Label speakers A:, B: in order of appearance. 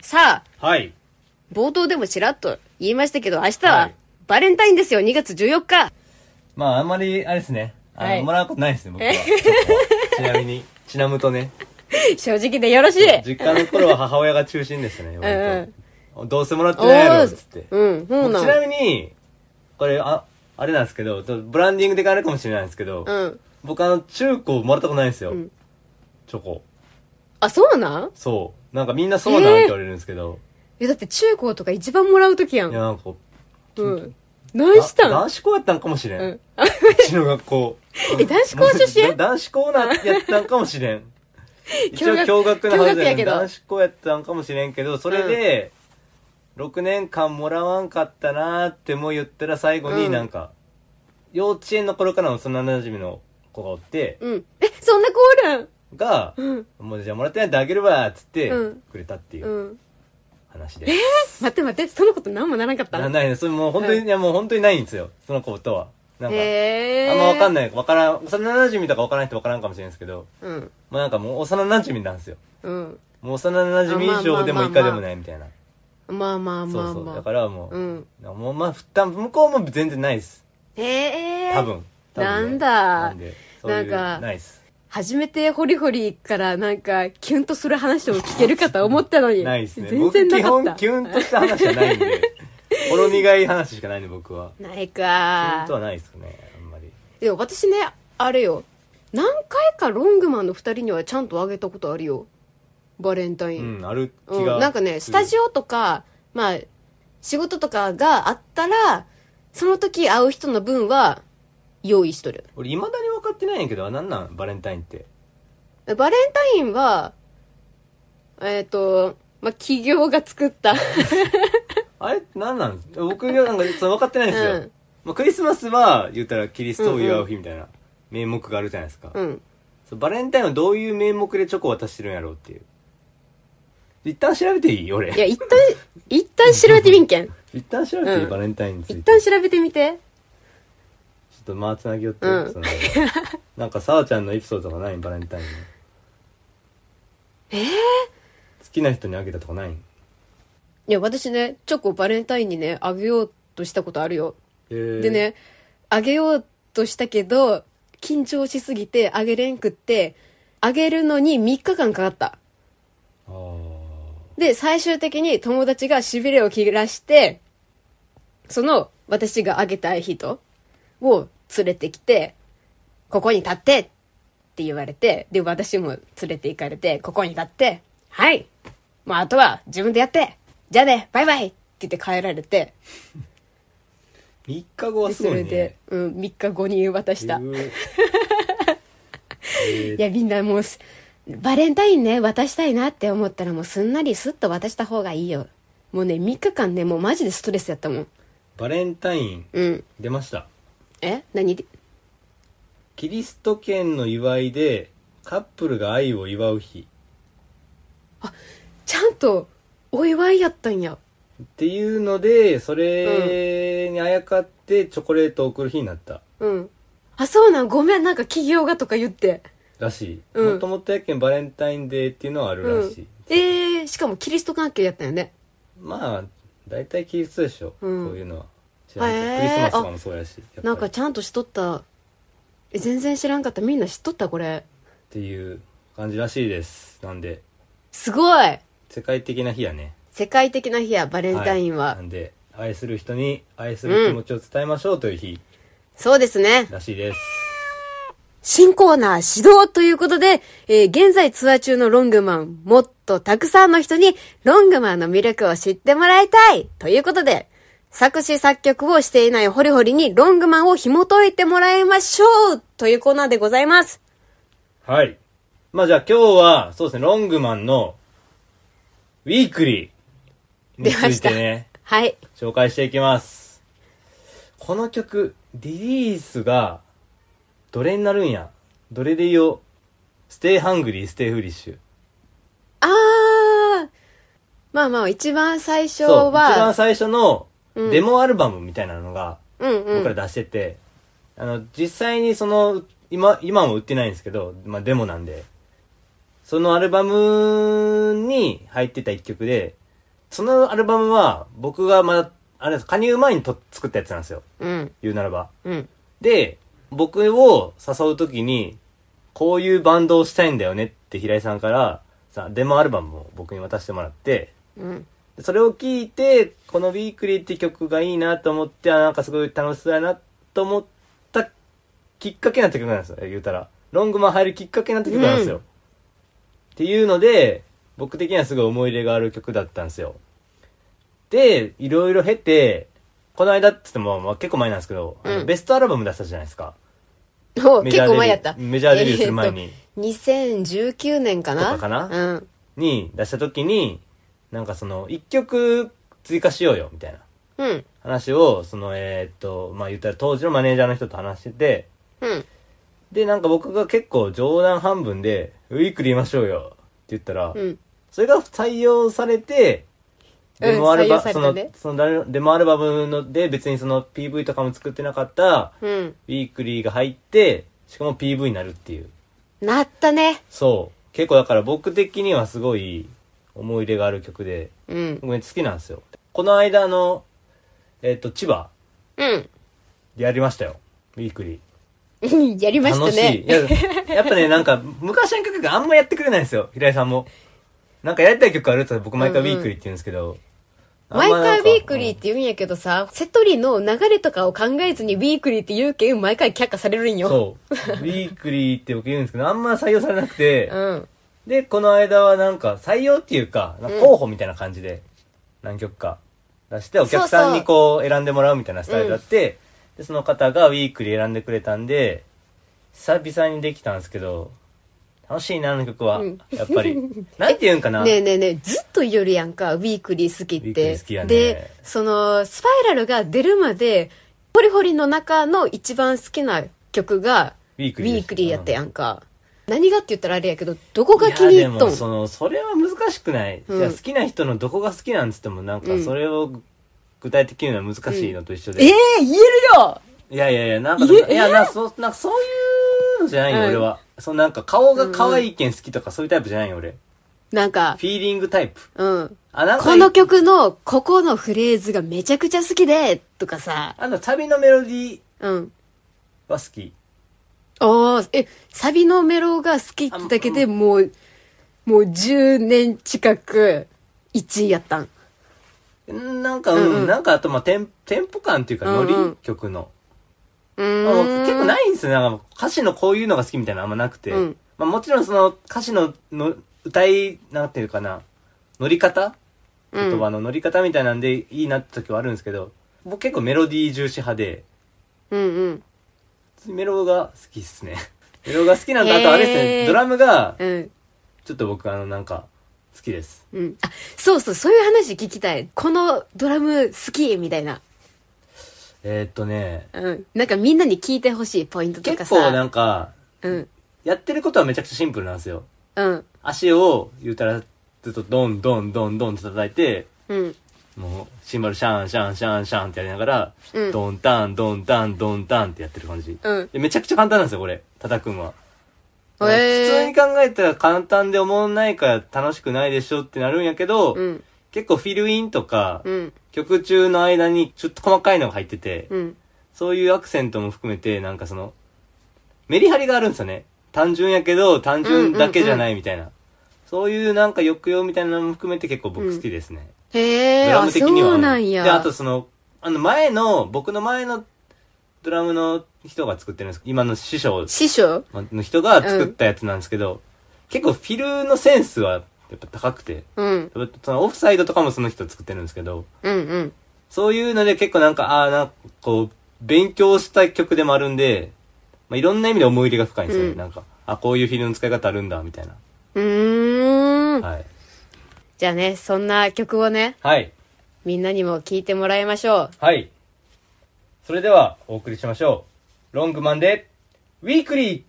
A: さあ、
B: はい。
A: 冒頭でもちらっと言いましたけど、明日
B: は
A: はいバレンタインですよ、2月14日。
B: まあ、あんまり、あれですね。あの、
A: はい
B: もらうことないですね、僕は。
A: え
B: そこちなみに、ちなむとね。
A: 正直でよろしい。
B: 実家の頃は母親が中心でしたね、割とどうせもらって
A: お
B: ないやろ、
A: ー
B: つって。
A: うん、そうな
B: 僕ちな
A: の。
B: みに、これ、あ、あれなんですけど、ちょっとブランディングで変わるかもしれないんですけど、
A: うん。
B: 僕あの、中古もらったことないんですよ。
A: うん
B: チョコ。
A: あ、そうなん
B: そう。なんかみんなそうなんって言われるんですけど、
A: え、だって中高とか一番もらうときや
B: いや、
A: ん。
B: なんか、
A: うん。何した
B: だ
A: ん
B: 男子校やったんかもしれん。
A: う
B: うんちの学校。
A: え、男子校出身
B: だ男子校な、やったんかも しれん。一応
A: 驚愕
B: 共学のはず
A: 驚愕や
B: や
A: け
B: け
A: ど
B: ど。男子校やったんかもしれんけど、それで、6年間もらわんかったなーってもう言ったら最後
A: う
B: に
A: ん
B: なんか、幼稚園の頃からの幼馴染の子がおって、
A: うん。え、そんな子おるん
B: が、
A: うん。
B: もうじゃあもらってないんであげるわーっつって
A: うん、。
B: くれたっていううん話で。
A: 待って待って、そのこと何もならんかった
B: なないね。それもう本当に、
A: うん
B: いやもう本当にないんですよ。その子とは。なんか、
A: へえ。
B: あんまわかん
A: ない。
B: ない。わからん、幼馴染とかわからん人わからんかもしれないですけど、
A: うん。
B: まあなんかもう幼馴染なんですよ。
A: うん。
B: もう幼馴染以上でも
A: あまあまあまあ
B: 以下でもないみたいな。
A: まあまあま
B: そ
A: あ
B: うそう。だ
A: ま
B: か
A: あ。
B: らもう、
A: うん
B: もうまあ、負担、向こうも全然ないです。
A: へえ。
B: 多分。多分ね
A: なんだ
B: なんで、そういう、
A: なんか
B: ないです。
A: 初めてホリホリからなんかキュンとする話を聞けるかと思ったのに。
B: ないですね。
A: 全然なか
B: 僕
A: っ
B: 基
A: た
B: 本、。キュンとした話じゃない んで、ほろ苦い話しかないんで僕は。
A: ない
B: キュ
A: か
B: ンとはないですね、あんまり。
A: いや、私ね、あれよ。何回かロングマンの二人にはちゃんとあげたことあるよ。バレンタイン。
B: うん、ある気
A: うん
B: が。
A: なんかね、スタジオとか、まあ、仕事とかがあったら、その時会う人の分は用意しとる。
B: 俺、未だに分かってないんやけど、あなんなんバレンタインって。
A: バレンタインは、えっ、と、まあ、企業が作 った。
B: あれなんなん僕がなんか、その分かってないんですよ。
A: うん
B: まあ、クリスマスは、言ったらキリストを祝う日みたいな名目があるじゃないですか。
A: うん。
B: そうバレンタインはどういう名目でチョコを渡してるんやろうっていう。一旦調べていい俺。
A: いや、一旦、一旦調べてみんけ ん。
B: 一旦調べていい、
A: うん
B: バレンタインについ
A: 一
B: て。
A: 旦
B: ちょ
A: 調べてみて。
B: っとまあつなぎよって、
A: うん
B: そのなんか、さわちゃんのエピソードとかないバレンタインの。ええ好きな人にあげたとかない
A: いや、私ね、チョコバレンタインにね、あげようとしたことあるよ。
B: えー、
A: で。ね、あげようとしたけど、緊張しすぎてあげれんくって、あげるのに3日間かかった。
B: ああ。
A: で、最終的に友達が痺れを切らして、その私があげたい人を連れてきて、ここに立ってって言われて、で、私も連れて行かれて、ここに立って、はいもうあとは自分でやってじゃあねバイバイって言って帰られて、
B: 3日後は
A: ですそ
B: ご
A: れ
B: いね
A: で。、うん、3日後に渡した。
B: う
A: い
B: ーえー
A: や、みんなもうす、バレンタインね、渡したいなって思ったらもうすんなりスッと渡した方がいいよ。もうね、3日間ね、もうマジでストレスやったもん。
B: バレンタイン、
A: うん。
B: 出ました。
A: え何で
B: キリスト圏の祝いで、カップルが愛を祝う日。
A: ちゃんとお祝いやったんや
B: っていうのでそれにあやかってチョコレートを送る日になった
A: うんあそうなんごめんなんか企業がとか言って
B: らしい
A: うん
B: もともとやけんバレンタインデーっていうのはあ
A: う
B: るら
A: ん
B: しい、
A: えー、しかもキリスト関係やったよね
B: まあ大体キリストでしょ、
A: うん
B: こういうのは知らんけど
A: へー
B: クリスマスとかもそうやしやっぱり
A: なんか
B: っ
A: ちゃんとしとったえ全然知らんかったみんな知っとったこれ
B: ていう感じらしいですなんです
A: ごい
B: 世界的な日やね
A: 世界的な日やバレンタインは、
B: いなんで愛する人に愛する気持ちを伝えましょうという日
A: そうですね
B: らしいです、
A: 新コーナー始動ということで、えー現在ツアー中のロングマン、もっとたくさんの人にロングマンの魅力を知ってもらいたいということで、作詞作曲をしていないホリホリにロングマンを紐解いてもらいましょうというコーナーでございます。
B: はいまあじゃあ今日はそうですねロングマンのウィークリーについてね
A: はい。
B: 紹介していきます。この曲、リリースが、どれになるんやどれで言おう ?Stay Hungry, Stay Foolish。
A: あー。まあまあ、一番最初
B: そう、一番
A: は、
B: 最初の
A: うん
B: デモアルバムみたいなのが、
A: うんう
B: 僕
A: ん。
B: ら出してて、あの、実際にその、今、今も売ってないんですけど、まあデモなんで、そのアルバムに入ってた一曲で、そのアルバムは、僕がまだ、あれです、加入前にと作ったやつなんですよ。
A: うん。
B: 言うならば。
A: うん。
B: で、僕を誘うときに、こういうバンドをしたいんだよねって平井さんから、さ、デモアルバムを僕に渡してもらって、
A: うん。
B: でそれを聞いて、このウィークリーって曲がいいなと思って、あ、なんかすごい楽しそうやなと思ったきっかけになった曲なんですよ、言うたら。ロングマン入るきっかけになった曲なんですよ。
A: うん
B: っていうので、僕的にはすごい思い入れがある曲だったんですよ。で、いろいろ経て、この間って言っても、まあ、結構前なんですけど、あの
A: うん
B: ベストアルバム出したじゃないですか。
A: お
B: メジ
A: 結
B: ャーデビュー
A: 構前やった。
B: メジャーデビューする前に
A: えーっと。2019年かな
B: とかかな
A: うん。
B: に出した時に、なんかその、一曲追加しようよ、みたいな
A: うん。
B: 話を、その、えーっと、まあ、言ったら当時のマネージャーの人と話してて、
A: うん。
B: で、なんか僕が結構冗談半分で、ウィークリーましょうよ、って言ったら、
A: うん。
B: それが採用されて、
A: うん
B: デモアルバ
A: 採用され
B: そ
A: た
B: の
A: ね、
B: その、デモアルバムので別にその PV とかも作ってなかった、
A: うん。
B: ウィークリーが入って、しかも PV になるっていう。
A: なったね。
B: そう。結構だから僕的にはすごい思い入れがある曲で、
A: うん。
B: 僕ね好きなんですよ。この間あの、えっ、と、千葉
A: うん。
B: でやりましたよ。ウィークリ
A: やり
B: ー。
A: ました
B: 楽しい。いや
A: ね。、
B: やっぱね、なんか、昔の曲があんまやってくれないんですよ。平井さんも。なんかやりたい曲あるって言ったら僕毎回ウィークリーって言うんですけど。あん
A: 毎
B: まな
A: 回
B: ん
A: ウ
B: か
A: ィークリーっ。て言うんやけどさ、セトリの流れとかを考えずにウィークリーって言うけん、毎回却下されるん
B: うん
A: よ。
B: そう。ウィークリーって僕言うんですけど、あんま採用されなくて。
A: うん。
B: で、この間はなんか採用っていうか、なんか候補みたいな感じで何曲か出して、お客さんにこう選んでもらうみたいなスタイルだって、で、その方がウィークリー選んでくれたんで、久々にできたんですけど、楽しいな、あの曲は。
A: うん
B: やっ ぱり。なんて言うんかな。
A: ねえねえねえ、ずっと言うるやんか、ウィークリー好きって。
B: ウィークリー好きやね
A: で、その、スパイラルが出るまで、ホリホリの中の一番好きな曲が、
B: ウィーク
A: ウ
B: リー
A: ィ
B: でし
A: ー
B: た
A: クリーやったやんか。何がって言ったらあれやけど、どこが気
B: い
A: に
B: や
A: 入っ
B: で
A: と
B: も
A: ん
B: そのそれは難しくない、
A: うん
B: いや好きな人のどこが好きなんつってもなんか
A: うん
B: それを具体的には難しいのと一緒で、
A: ええ言えるよ
B: いやいやいや、なんか、
A: いえ
B: いや、なんかそう、なんかそういうのじゃないよ、
A: うん
B: 俺は。そのなんか顔が可愛いけん好きとかそういうタイプじゃないよ、俺。フ
A: なんか、
B: ィーリングタイプ。
A: うん。
B: あ、なんか、
A: この曲の、ここのフレーズがめちゃくちゃ好きで、とかさ。
B: あの、サビのメロディー
A: うん。
B: は好き。
A: おー、え、サビのメロが好きってだけでもう、もう10年近く、1位やったん。
B: んなんか、うん、
A: うんうん
B: なんか、あと、まあ、テン、テンポ感っていうか、ノリ、
A: うんうん
B: 曲の。
A: う
B: まあ
A: ーん。
B: 結構ないんですよ、なんか、歌詞のこういうのが好きみたいなのあんまなくて。
A: うん
B: まあ、もちろんその、歌詞の、の、歌い、なんていうかな、乗り方
A: うん
B: 言葉の乗り方みたいなんでいいなって時はあるんですけど、僕結構メロディー重視派で、
A: うんうん。
B: メロが好きっすね。 メロが好きなんだ。あとあれです
A: へ
B: ね、
A: ー
B: ドラムが、
A: うん。
B: ちょっと僕あの、なんか、好きです。
A: うん。あ、そうそう、そういう話聞きたい。このドラム好きみたいな。
B: えー、っとね、
A: うん。なんかみんなに聞いてほしいポイントとか
B: 結
A: さ。
B: 構なんか、
A: うん。
B: やってることはめちゃくちゃシンプルなんですよ。
A: うん。
B: 足を、言うたら、ずっとドンドンドンドンって叩いて、
A: うん。
B: もう、シンバルシャンシャンシャンシャンってやりながら、
A: うん
B: ドンタンドンタンドンタンってやってる感じ。
A: うん。
B: でめちゃくちゃ簡単なんですよ、これ。叩くんは。
A: へ
B: 普通に
A: え。
B: 考えたら簡単で思わないから楽しくないでしょってなるんやけど、
A: うん。
B: 結構フィルインとか、
A: うん。
B: 曲中の間にちょっと細かいのが入ってて、
A: うん。
B: そういうアクセントも含めて、なんかその、メリハリがあるんですよね。単純やけど、単純だけじゃないみたいな。そういうなんか抑揚みたいなのも含めて結構僕好きですね。
A: へ
B: ド
A: え。
B: ラ
A: あ、
B: ム的
A: そ
B: には。
A: うなんや。
B: で、あとその、あの前の、僕の前のドラムの人が作ってるんです今の師匠
A: 師匠
B: の人が作ったやつなんですけど、結構フィルのセンスはやっぱ高くて、
A: うん。
B: そのオフサイドとかもその人作ってるんですけど、
A: うんうん。
B: そういうので結構なんか、ああ、なんかこう、勉強した曲でもあるんで、まあ、いろんな意味で思い入れが深いんですよね。
A: うん
B: なんか、あ、こういうフィルの使い方あるんだ、みたいな。
A: うーん。
B: はい。
A: じゃあね、そんな曲をね、
B: はい。
A: みんなにも聞いてもらいましょう。
B: はい。それでは、お送りしましょう。ロングマンで、ウィークリー